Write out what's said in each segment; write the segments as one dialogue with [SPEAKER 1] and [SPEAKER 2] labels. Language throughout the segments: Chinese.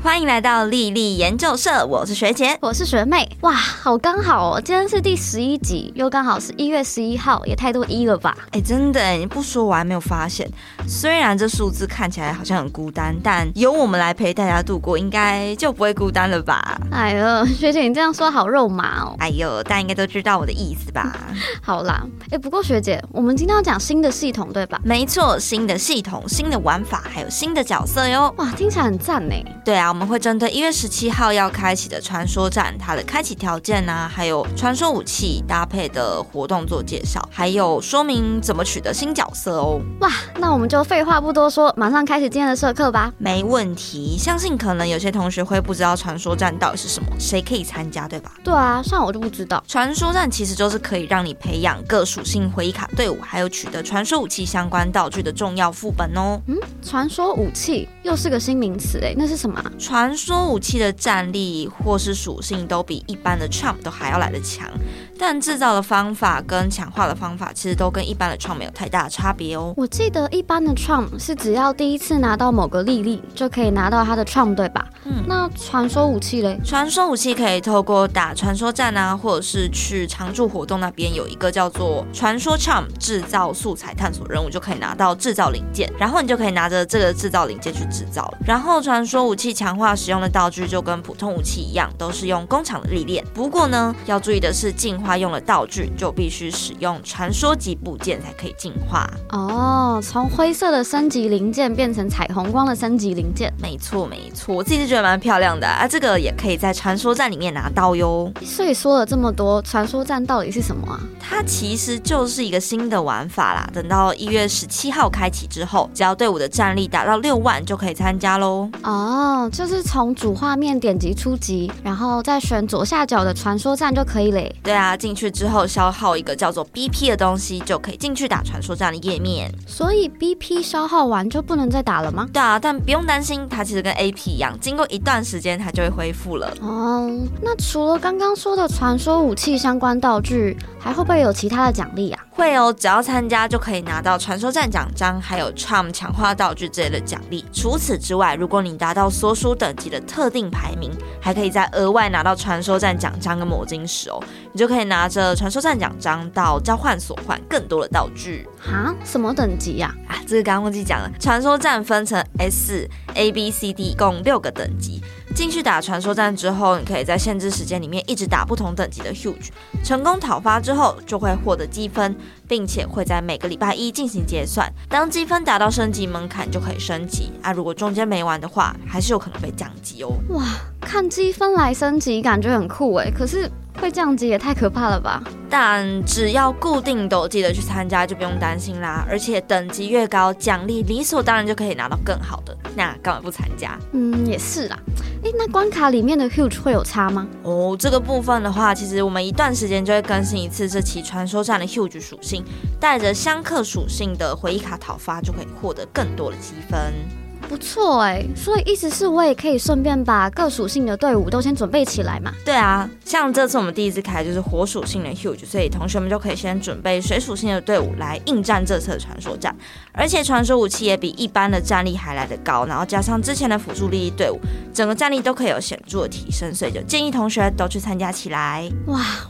[SPEAKER 1] 欢迎来到丽丽研究社，我是学姐。
[SPEAKER 2] 我是学妹，哇，好刚好哦！今天是第十一集，又刚好是一月十一号，也太多一了吧？
[SPEAKER 1] 哎，真的，你不说我还没有发现。虽然这数字看起来好像很孤单，但由我们来陪大家度过，应该就不会孤单了吧？
[SPEAKER 2] 哎呦，学姐你这样说好肉麻哦。
[SPEAKER 1] 哎呦，大家应该都知道我的意思吧？
[SPEAKER 2] 好啦，哎，不过学姐，我们今天要讲新的系统对吧？
[SPEAKER 1] 没错，新的系统、新的玩法，还有新的角色哟。
[SPEAKER 2] 哇，听起来很赞呢。
[SPEAKER 1] 对啊，我们会针对一月十七号要开启的传说战，它的开启条件啊，还有传说武器搭配的活动做介绍，还有说明怎么取得新角色哦。
[SPEAKER 2] 哇，那我们就废话不多说，马上开始今天的社课吧。
[SPEAKER 1] 没问题，相信可能有些同学会不知道传说战到底是什么，谁可以参加，对吧？
[SPEAKER 2] 对啊，像我就不知道。
[SPEAKER 1] 传说战其实就是可以让你培养各属性回忆卡队伍，还有取得传说武器相关道具的重要副本哦。
[SPEAKER 2] 嗯传说武器又是个新名词哎，那是什么、啊？
[SPEAKER 1] 传说武器的战力或是属性都比一般的 Trump 都还要来得强，但制造的方法跟强化的方法其实都跟一般的 Trump 没有太大的差别哦。
[SPEAKER 2] 我记得一般的 trump 是只要第一次拿到某个莉莉就可以拿到她的 trump 对吧？
[SPEAKER 1] 嗯
[SPEAKER 2] 那传说武器嘞？
[SPEAKER 1] 传说武器可以透过打传说战啊，或者是去常驻活动那边有一个叫做“传说 charm” 制造素材探索任务，就可以拿到制造零件，然后你就可以拿着这个制造零件去制造了。然后传说武器强化使用的道具就跟普通武器一样，都是用工厂的历练。不过呢，要注意的是，进化用的道具就必须使用传说级部件才可以进化。
[SPEAKER 2] 哦，从灰色的升级零件变成彩虹光的升级零件。
[SPEAKER 1] 没错，没错，我自己是觉得蛮漂亮的啊，这个也可以在传说战里面拿到哟。
[SPEAKER 2] 所以说了这么多，传说站到底是什么啊？
[SPEAKER 1] 它其实就是一个新的玩法啦。等到一月十七号开启之后，只要队伍的战力达到六万就可以参加喽。
[SPEAKER 2] 哦，就是从主画面点击初级，然后再选左下角的传说站就可以嘞。
[SPEAKER 1] 对啊，进去之后消耗一个叫做 BP 的东西，就可以进去打传说战的页面。
[SPEAKER 2] 所以 BP 消耗完就不能再打了吗？
[SPEAKER 1] 对啊，但不用担心，它其实跟 AP 一样，经过一段时间它就会恢复了。
[SPEAKER 2] 哦，那除了刚刚说的传说武器相关道具，还会不会有其他的奖励啊？
[SPEAKER 1] 会哦，只要参加就可以拿到传说战奖章，还有 Charm 强化道具之类的奖励。除此之外，如果你达到所属等级的特定排名，还可以再额外拿到传说战奖章跟魔晶石哦。你就可以拿着传说战奖章到交换所换更多的道具
[SPEAKER 2] 哈，什么等级呀、
[SPEAKER 1] 啊！这个刚刚忘记讲了，传说战分成 S、A、B、C、D 共六个等级。进去打传说战之后，你可以在限制时间里面一直打不同等级的 Huge，成功讨伐之后就会获得积分，并且会在每个礼拜一进行结算。当积分达到升级门槛就可以升级啊，如果中间没玩的话，还是有可能被降级哦。
[SPEAKER 2] 哇，看积分来升级，感觉很酷诶。可是会降级也太可怕了吧？
[SPEAKER 1] 但只要固定都记得去参加，就不用担心啦。而且等级越高，奖励理所当然就可以拿到更好的，那干嘛不参加？
[SPEAKER 2] 嗯，也是啦。诶，那关卡里面的 huge 会有差吗？
[SPEAKER 1] 哦，这个部分的话，其实我们一段时间就会更新一次这期传说战的 huge 属性，带着相克属性的回忆卡讨伐，就可以获得更多的积分。
[SPEAKER 2] 不错诶，所以意思是我也可以顺便把各属性的队伍都先准备起来嘛。
[SPEAKER 1] 对啊，像这次我们第一次开就是火属性的 huge，所以同学们就可以先准备水属性的队伍来应战这次的传说战。而且传说武器也比一般的战力还来得高，然后加上之前的辅助利益队伍，整个战力都可以有显著的提升，所以就建议同学都去参加起来。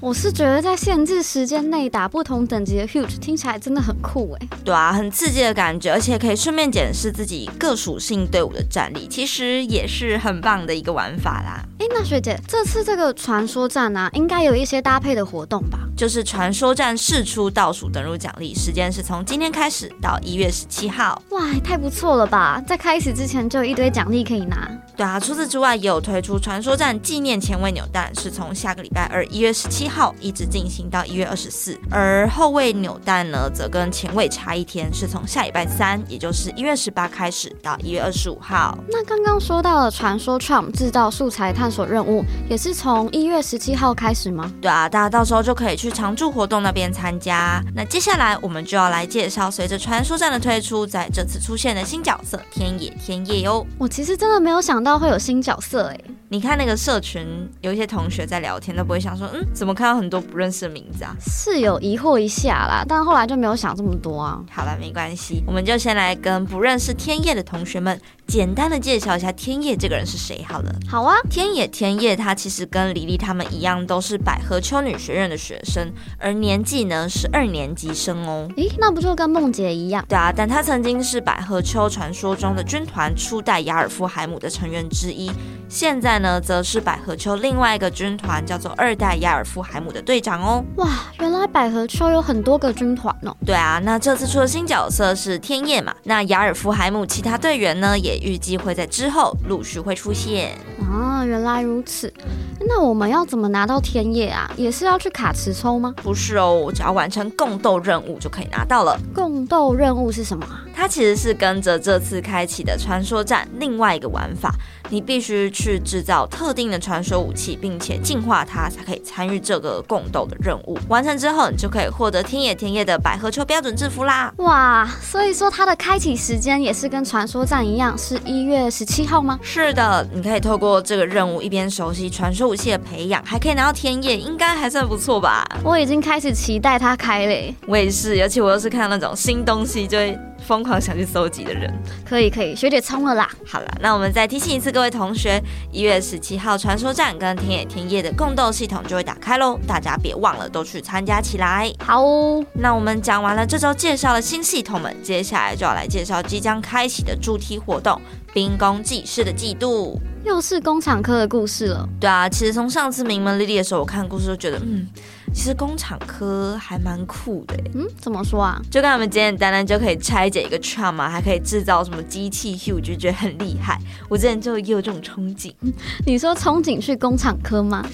[SPEAKER 2] 我是觉得在限制时间内打不同等级的 huge 听起来真的很酷诶。
[SPEAKER 1] 对啊，很刺激的感觉，而且可以顺便检视自己各属性队伍的战力，其实也是很棒的一个玩法啦。
[SPEAKER 2] 诶，那学姐，这次这个传说站啊，应该有一些搭配的活动吧？
[SPEAKER 1] 就是传说战试出倒数登入奖励，时间是从今天开始到一月十七号。
[SPEAKER 2] 哇，也太不错了吧！在开始之前就有一堆奖励可以拿。
[SPEAKER 1] 对啊，除此之外也有推出传说战纪念前卫扭蛋，是从下个礼拜二一月十七号一直进行到一月二十四，而后卫扭蛋呢，则跟前卫差一天，是从下礼拜三，也就是一月十八开始到一月二十五号。
[SPEAKER 2] 那刚刚说到了传说 Trump 制造素材探索任务，也是从一月十七号开始吗？
[SPEAKER 1] 对啊，大家到时候就可以去常驻活动那边参加。那接下来我们就要来介绍随着传说站的推出，在这次出现的新角色天野天夜哟。
[SPEAKER 2] 我其实真的没有想到会有新角色诶。
[SPEAKER 1] 你看那个社群，有一些同学在聊天，都不会想说，嗯，怎么看到很多不认识的名字啊？
[SPEAKER 2] 是有疑惑一下啦，但后来就没有想这么多啊。
[SPEAKER 1] 好了，没关系，我们就先来跟不认识天夜的同学们简单的介绍一下天野这个人是谁好了。
[SPEAKER 2] 好啊，
[SPEAKER 1] 天野天野他其实跟黎黎他们一样，都是百合丘女学院的学生，而年纪呢是二年级生哦。
[SPEAKER 2] 诶，那不就跟梦姐一样？
[SPEAKER 1] 对啊，但他曾经是百合丘传说中的军团初代雅尔夫海姆的成员之一，现在呢则是百合丘另外一个军团叫做二代雅尔夫海姆的队长哦。
[SPEAKER 2] 哇，原来百合丘有很多个军团哦。
[SPEAKER 1] 对啊，那这次出的新角色是天夜嘛？那雅尔夫海姆其他队员呢，也预计会在之后陆续会出现。
[SPEAKER 2] 啊，原来如此。那我们要怎么拿到天叶啊？也是要去卡池抽吗？
[SPEAKER 1] 不是哦，我只要完成共斗任务就可以拿到了。
[SPEAKER 2] 共斗任务是什么啊？
[SPEAKER 1] 它其实是跟着这次开启的传说战另外一个玩法，你必须去制造特定的传说武器，并且进化它，才可以参与这个共斗的任务。完成之后，你就可以获得天野天夜的百合丘标准制服啦。
[SPEAKER 2] 哇，所以说它的开启时间也是跟传说站一样，是一月十七号吗？
[SPEAKER 1] 是的，你可以透过这个任务一边熟悉传说武器的培养，还可以拿到天夜，应该还算不错吧？
[SPEAKER 2] 我已经开始期待它开嘞。
[SPEAKER 1] 我也是，尤其我又是看到那种新东西就会疯狂想去搜集的人。
[SPEAKER 2] 可以可以，学姐冲了啦！
[SPEAKER 1] 好了，那我们再提醒一次各位同学，一月十七号传说站跟天野天夜的共斗系统就会打开喽，大家别忘了都去参加起来。
[SPEAKER 2] 好哦，
[SPEAKER 1] 那我们讲完了这周介绍的新系统们，接下来就要来介绍即将开启的主题活动——兵工技师的季度。
[SPEAKER 2] 又是工厂科的故事了。
[SPEAKER 1] 对啊，其实从上次名门莉莉的时候，我看故事就觉得，嗯，其实工厂科还蛮酷的耶，欸
[SPEAKER 2] 嗯，怎么说啊？
[SPEAKER 1] 就跟他们简简单单就可以拆解一个 charm 啊，还可以制造什么机器 Q，就觉得很厉害。我之前就也有这种憧憬，
[SPEAKER 2] 你说憧憬去工厂科吗？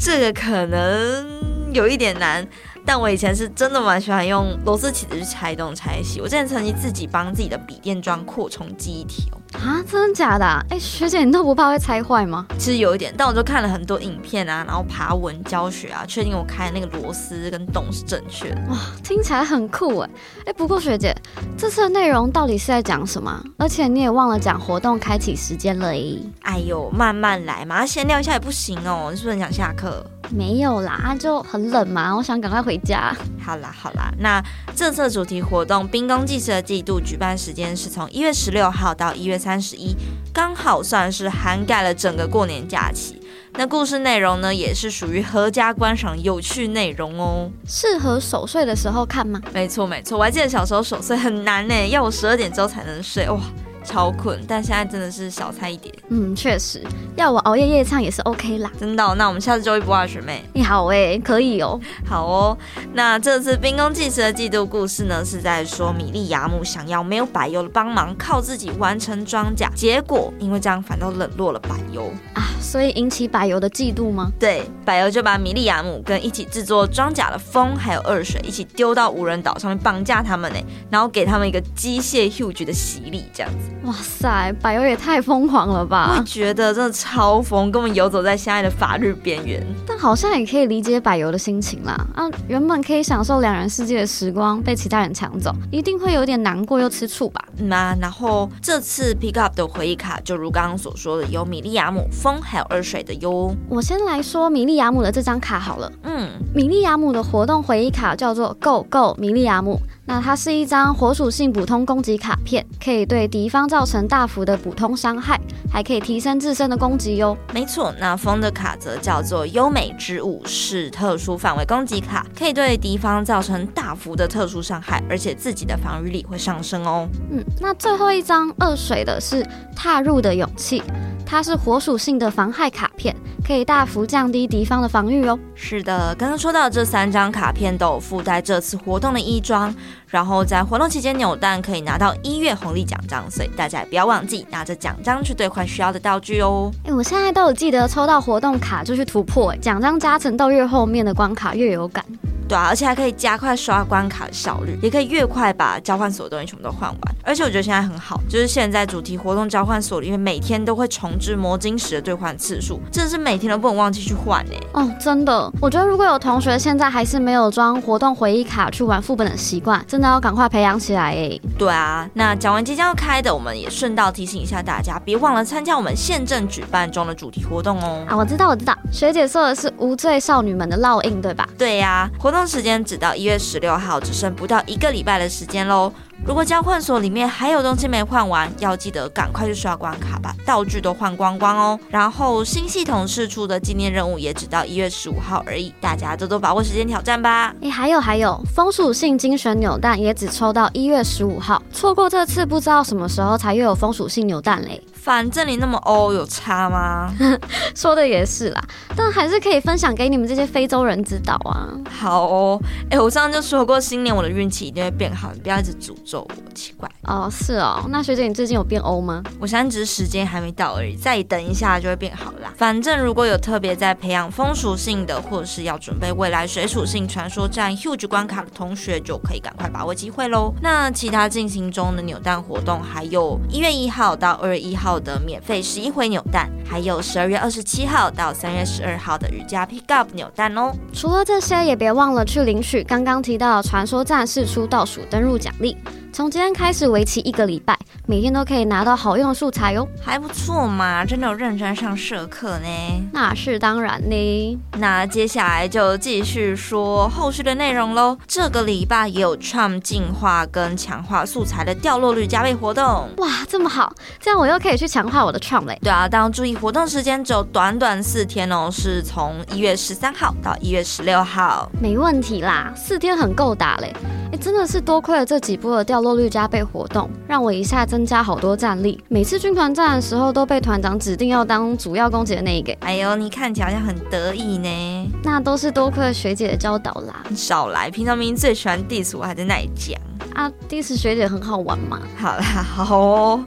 [SPEAKER 1] 这个可能有一点难。但我以前是真的蛮喜欢用螺丝起子去拆东拆西。我之前曾经自己帮自己的笔电装扩充记忆体哦，
[SPEAKER 2] 啊，真的假的、啊？哎、学姐，你都不怕会拆坏吗？
[SPEAKER 1] 其实有一点，但我就看了很多影片啊，然后爬文教学啊，确定我开的那个螺丝跟洞是正确的。
[SPEAKER 2] 哇，听起来很酷哎。哎、不过学姐，这次的内容到底是在讲什么啊？而且你也忘了讲活动开启时间了诶。
[SPEAKER 1] 哎呦，慢慢来嘛，闲聊一下也不行哦。你是不是很想下课？
[SPEAKER 2] 没有啦，啊就很冷嘛，我想赶快回家。
[SPEAKER 1] 好啦好啦，那这次的主题活动“冰宫技师”的季度举办时间是从一月十六号到一月三十一，刚好算是涵盖了整个过年假期。那故事内容呢，也是属于合家观赏有趣内容哦。
[SPEAKER 2] 适合守岁的时候看吗？
[SPEAKER 1] 没错没错，我还记得小时候守岁很难呢，要我十二点之后才能睡，哇，超困。但现在真的是小菜一碟，
[SPEAKER 2] 嗯，确实，要我熬夜夜唱也是 OK 啦。
[SPEAKER 1] 真的哦、那我们下次周一不二学妹。
[SPEAKER 2] 你好哎、可以哦。
[SPEAKER 1] 好哦，那这次冰宫技师的季度故事呢，是在说米莉亚姆想要没有柏油的帮忙，靠自己完成装甲，结果因为这样反倒冷落了柏油。
[SPEAKER 2] 啊，所以引起柏油的嫉妒吗？
[SPEAKER 1] 对，柏油就把米莉亚姆跟一起制作装甲的风还有二水一起丢到无人岛上面绑架他们呢，然后给他们一个机械 huge 的洗礼，这样子。
[SPEAKER 2] 哇塞，柏油也太疯狂了
[SPEAKER 1] 我
[SPEAKER 2] 吧！
[SPEAKER 1] 觉得真的超疯，根本游走在现在的法律边缘。
[SPEAKER 2] 但好像也可以理解柏油的心情啦。啊，原本可以享受两人世界的时光，被其他人抢走，一定会有点难过又吃醋吧？
[SPEAKER 1] 嗯啊，然后这次 pick up 的回忆卡就如刚刚所说的，有米莉亚姆、风还有二水的哟。
[SPEAKER 2] 我先来说米利亚姆的这张卡好了。
[SPEAKER 1] 嗯，
[SPEAKER 2] 米利亚姆的活动回忆卡叫做 Go Go 米利亚姆，那它是一张火属性普通攻击卡片，可以对敌方造成大幅的普通伤害，还可以提升自身的攻击哟。
[SPEAKER 1] 没错，那风的卡则叫做优美之舞，是特殊范围攻击卡，可以对敌方造成大幅的特殊伤害，而且自己的防御力会上升哦。
[SPEAKER 2] 嗯，那最后一张二水的是踏入的勇气，它是火属性的防害卡片，可以大幅降低敌方的防御哦。
[SPEAKER 1] 是的，刚刚说到这三张卡片都有附带这次活动的衣装，然后在活动期间扭蛋可以拿到一月红利奖章，所以大家也不要忘记拿着奖章去兑换需要的道具哦。
[SPEAKER 2] 哎，我现在都有记得抽到活动卡就去突破，诶奖章加成到越后面的关卡越有感。
[SPEAKER 1] 对啊，而且还可以加快刷关卡的效率，也可以越快把交换所的东西全部都换完。而且我觉得现在很好，就是现在主题活动交换所里面每天都会重置魔晶石的兑换次数，真的是每天都不能忘记去换哎、
[SPEAKER 2] 哦，真的，我觉得如果有同学现在还是没有装活动回忆卡去玩副本的习惯，真的要赶快培养起来欸诶。
[SPEAKER 1] 对啊，那讲完即将要开的，我们也顺道提醒一下大家，别忘了参加我们县政举办中的主题活动哦。
[SPEAKER 2] 啊，我知道，我知道，学姐说的是无罪少女们的烙印，对吧？
[SPEAKER 1] 对呀、活动时间只到一月十六号，只剩不到一个礼拜的时间喽。如果交换所里面还有东西没换完，要记得赶快去刷关卡，把道具都换光光哦。然后新系统试出的纪念任务也只到一月十五号而已，大家多多把握时间挑战吧。
[SPEAKER 2] 诶，哎还有还有，风属性精选扭蛋也只抽到一月十五号，错过这次不知道什么时候才又有风属性扭蛋嘞。
[SPEAKER 1] 反正你那么欧有差吗？
[SPEAKER 2] 说的也是啦，但还是可以分享给你们这些非洲人知道啊。
[SPEAKER 1] 好哦，哎，我上次就说过，新年我的运气一定会变好，你不要一直诅咒我，奇怪。
[SPEAKER 2] 哦，是哦，那学姐你最近有变欧吗？
[SPEAKER 1] 我现在只是时间还没到而已，再等一下就会变好啦。反正如果有特别在培养风属性的，或者是要准备未来水属性传说战 huge 关卡的同学，就可以赶快把握机会喽。那其他进行中的扭蛋活动，还有一月一号到二月一号的免费十一回扭蛋，还有十二月二十七号到三月十二号的瑜伽 pick up 扭蛋哦。
[SPEAKER 2] 除了这些，也别忘了去领取刚刚提到的传说战士出倒数登入奖励。从今天开始，为期一个礼拜，每天都可以拿到好用的素材哦哟、
[SPEAKER 1] 还不错嘛，真的有认真上社课呢。
[SPEAKER 2] 那是当然呢。
[SPEAKER 1] 那接下来就继续说后续的内容喽。啊这个礼拜也有 Trump 进化跟强化素材的掉落率加倍活动。
[SPEAKER 2] 哇，这么好，这样我又可以去强化我的创嘞。
[SPEAKER 1] 对啊，当然注意活动时间只有短短四天哦，是从一月十三号到一月十六号。
[SPEAKER 2] 没问题啦，四天很够打嘞。哎，真的是多亏了这几波的掉落率加倍活动，让我一下增加好多战力。每次军团战的时候，都被团长指定要当主要攻击的那一个，
[SPEAKER 1] 哎呦，你看起来好像很得意呢，
[SPEAKER 2] 那都是多亏了学姐的教导啦。
[SPEAKER 1] 你少来，平常明明最喜欢 diss 我，还在那里讲。
[SPEAKER 2] 啊，第一次学姐很好玩嘛。
[SPEAKER 1] 好啦，好哦。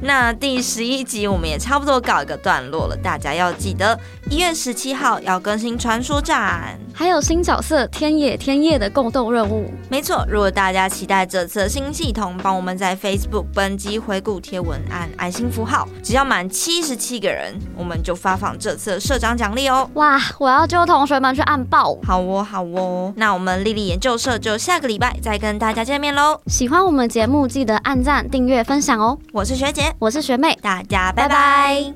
[SPEAKER 1] 那第十一集我们也差不多告一个段落了，大家要记得一月十七号要更新传说站。
[SPEAKER 2] 还有新角色天野天野的共斗任务，
[SPEAKER 1] 没错，如果大家期待这次的新系统，帮我们在 Facebook 本集回顾贴文按爱心符号，只要满七十七个人，我们就发放这次的社长奖励哦。
[SPEAKER 2] 哇，我要揪同学们去按爆。
[SPEAKER 1] 好哦，好哦，那我们莉莉研究社就下个礼拜再跟大家见面喽。
[SPEAKER 2] 喜欢我们节目，记得按赞、订阅、分享哦。
[SPEAKER 1] 我是学姐，
[SPEAKER 2] 我是学妹，
[SPEAKER 1] 大家拜拜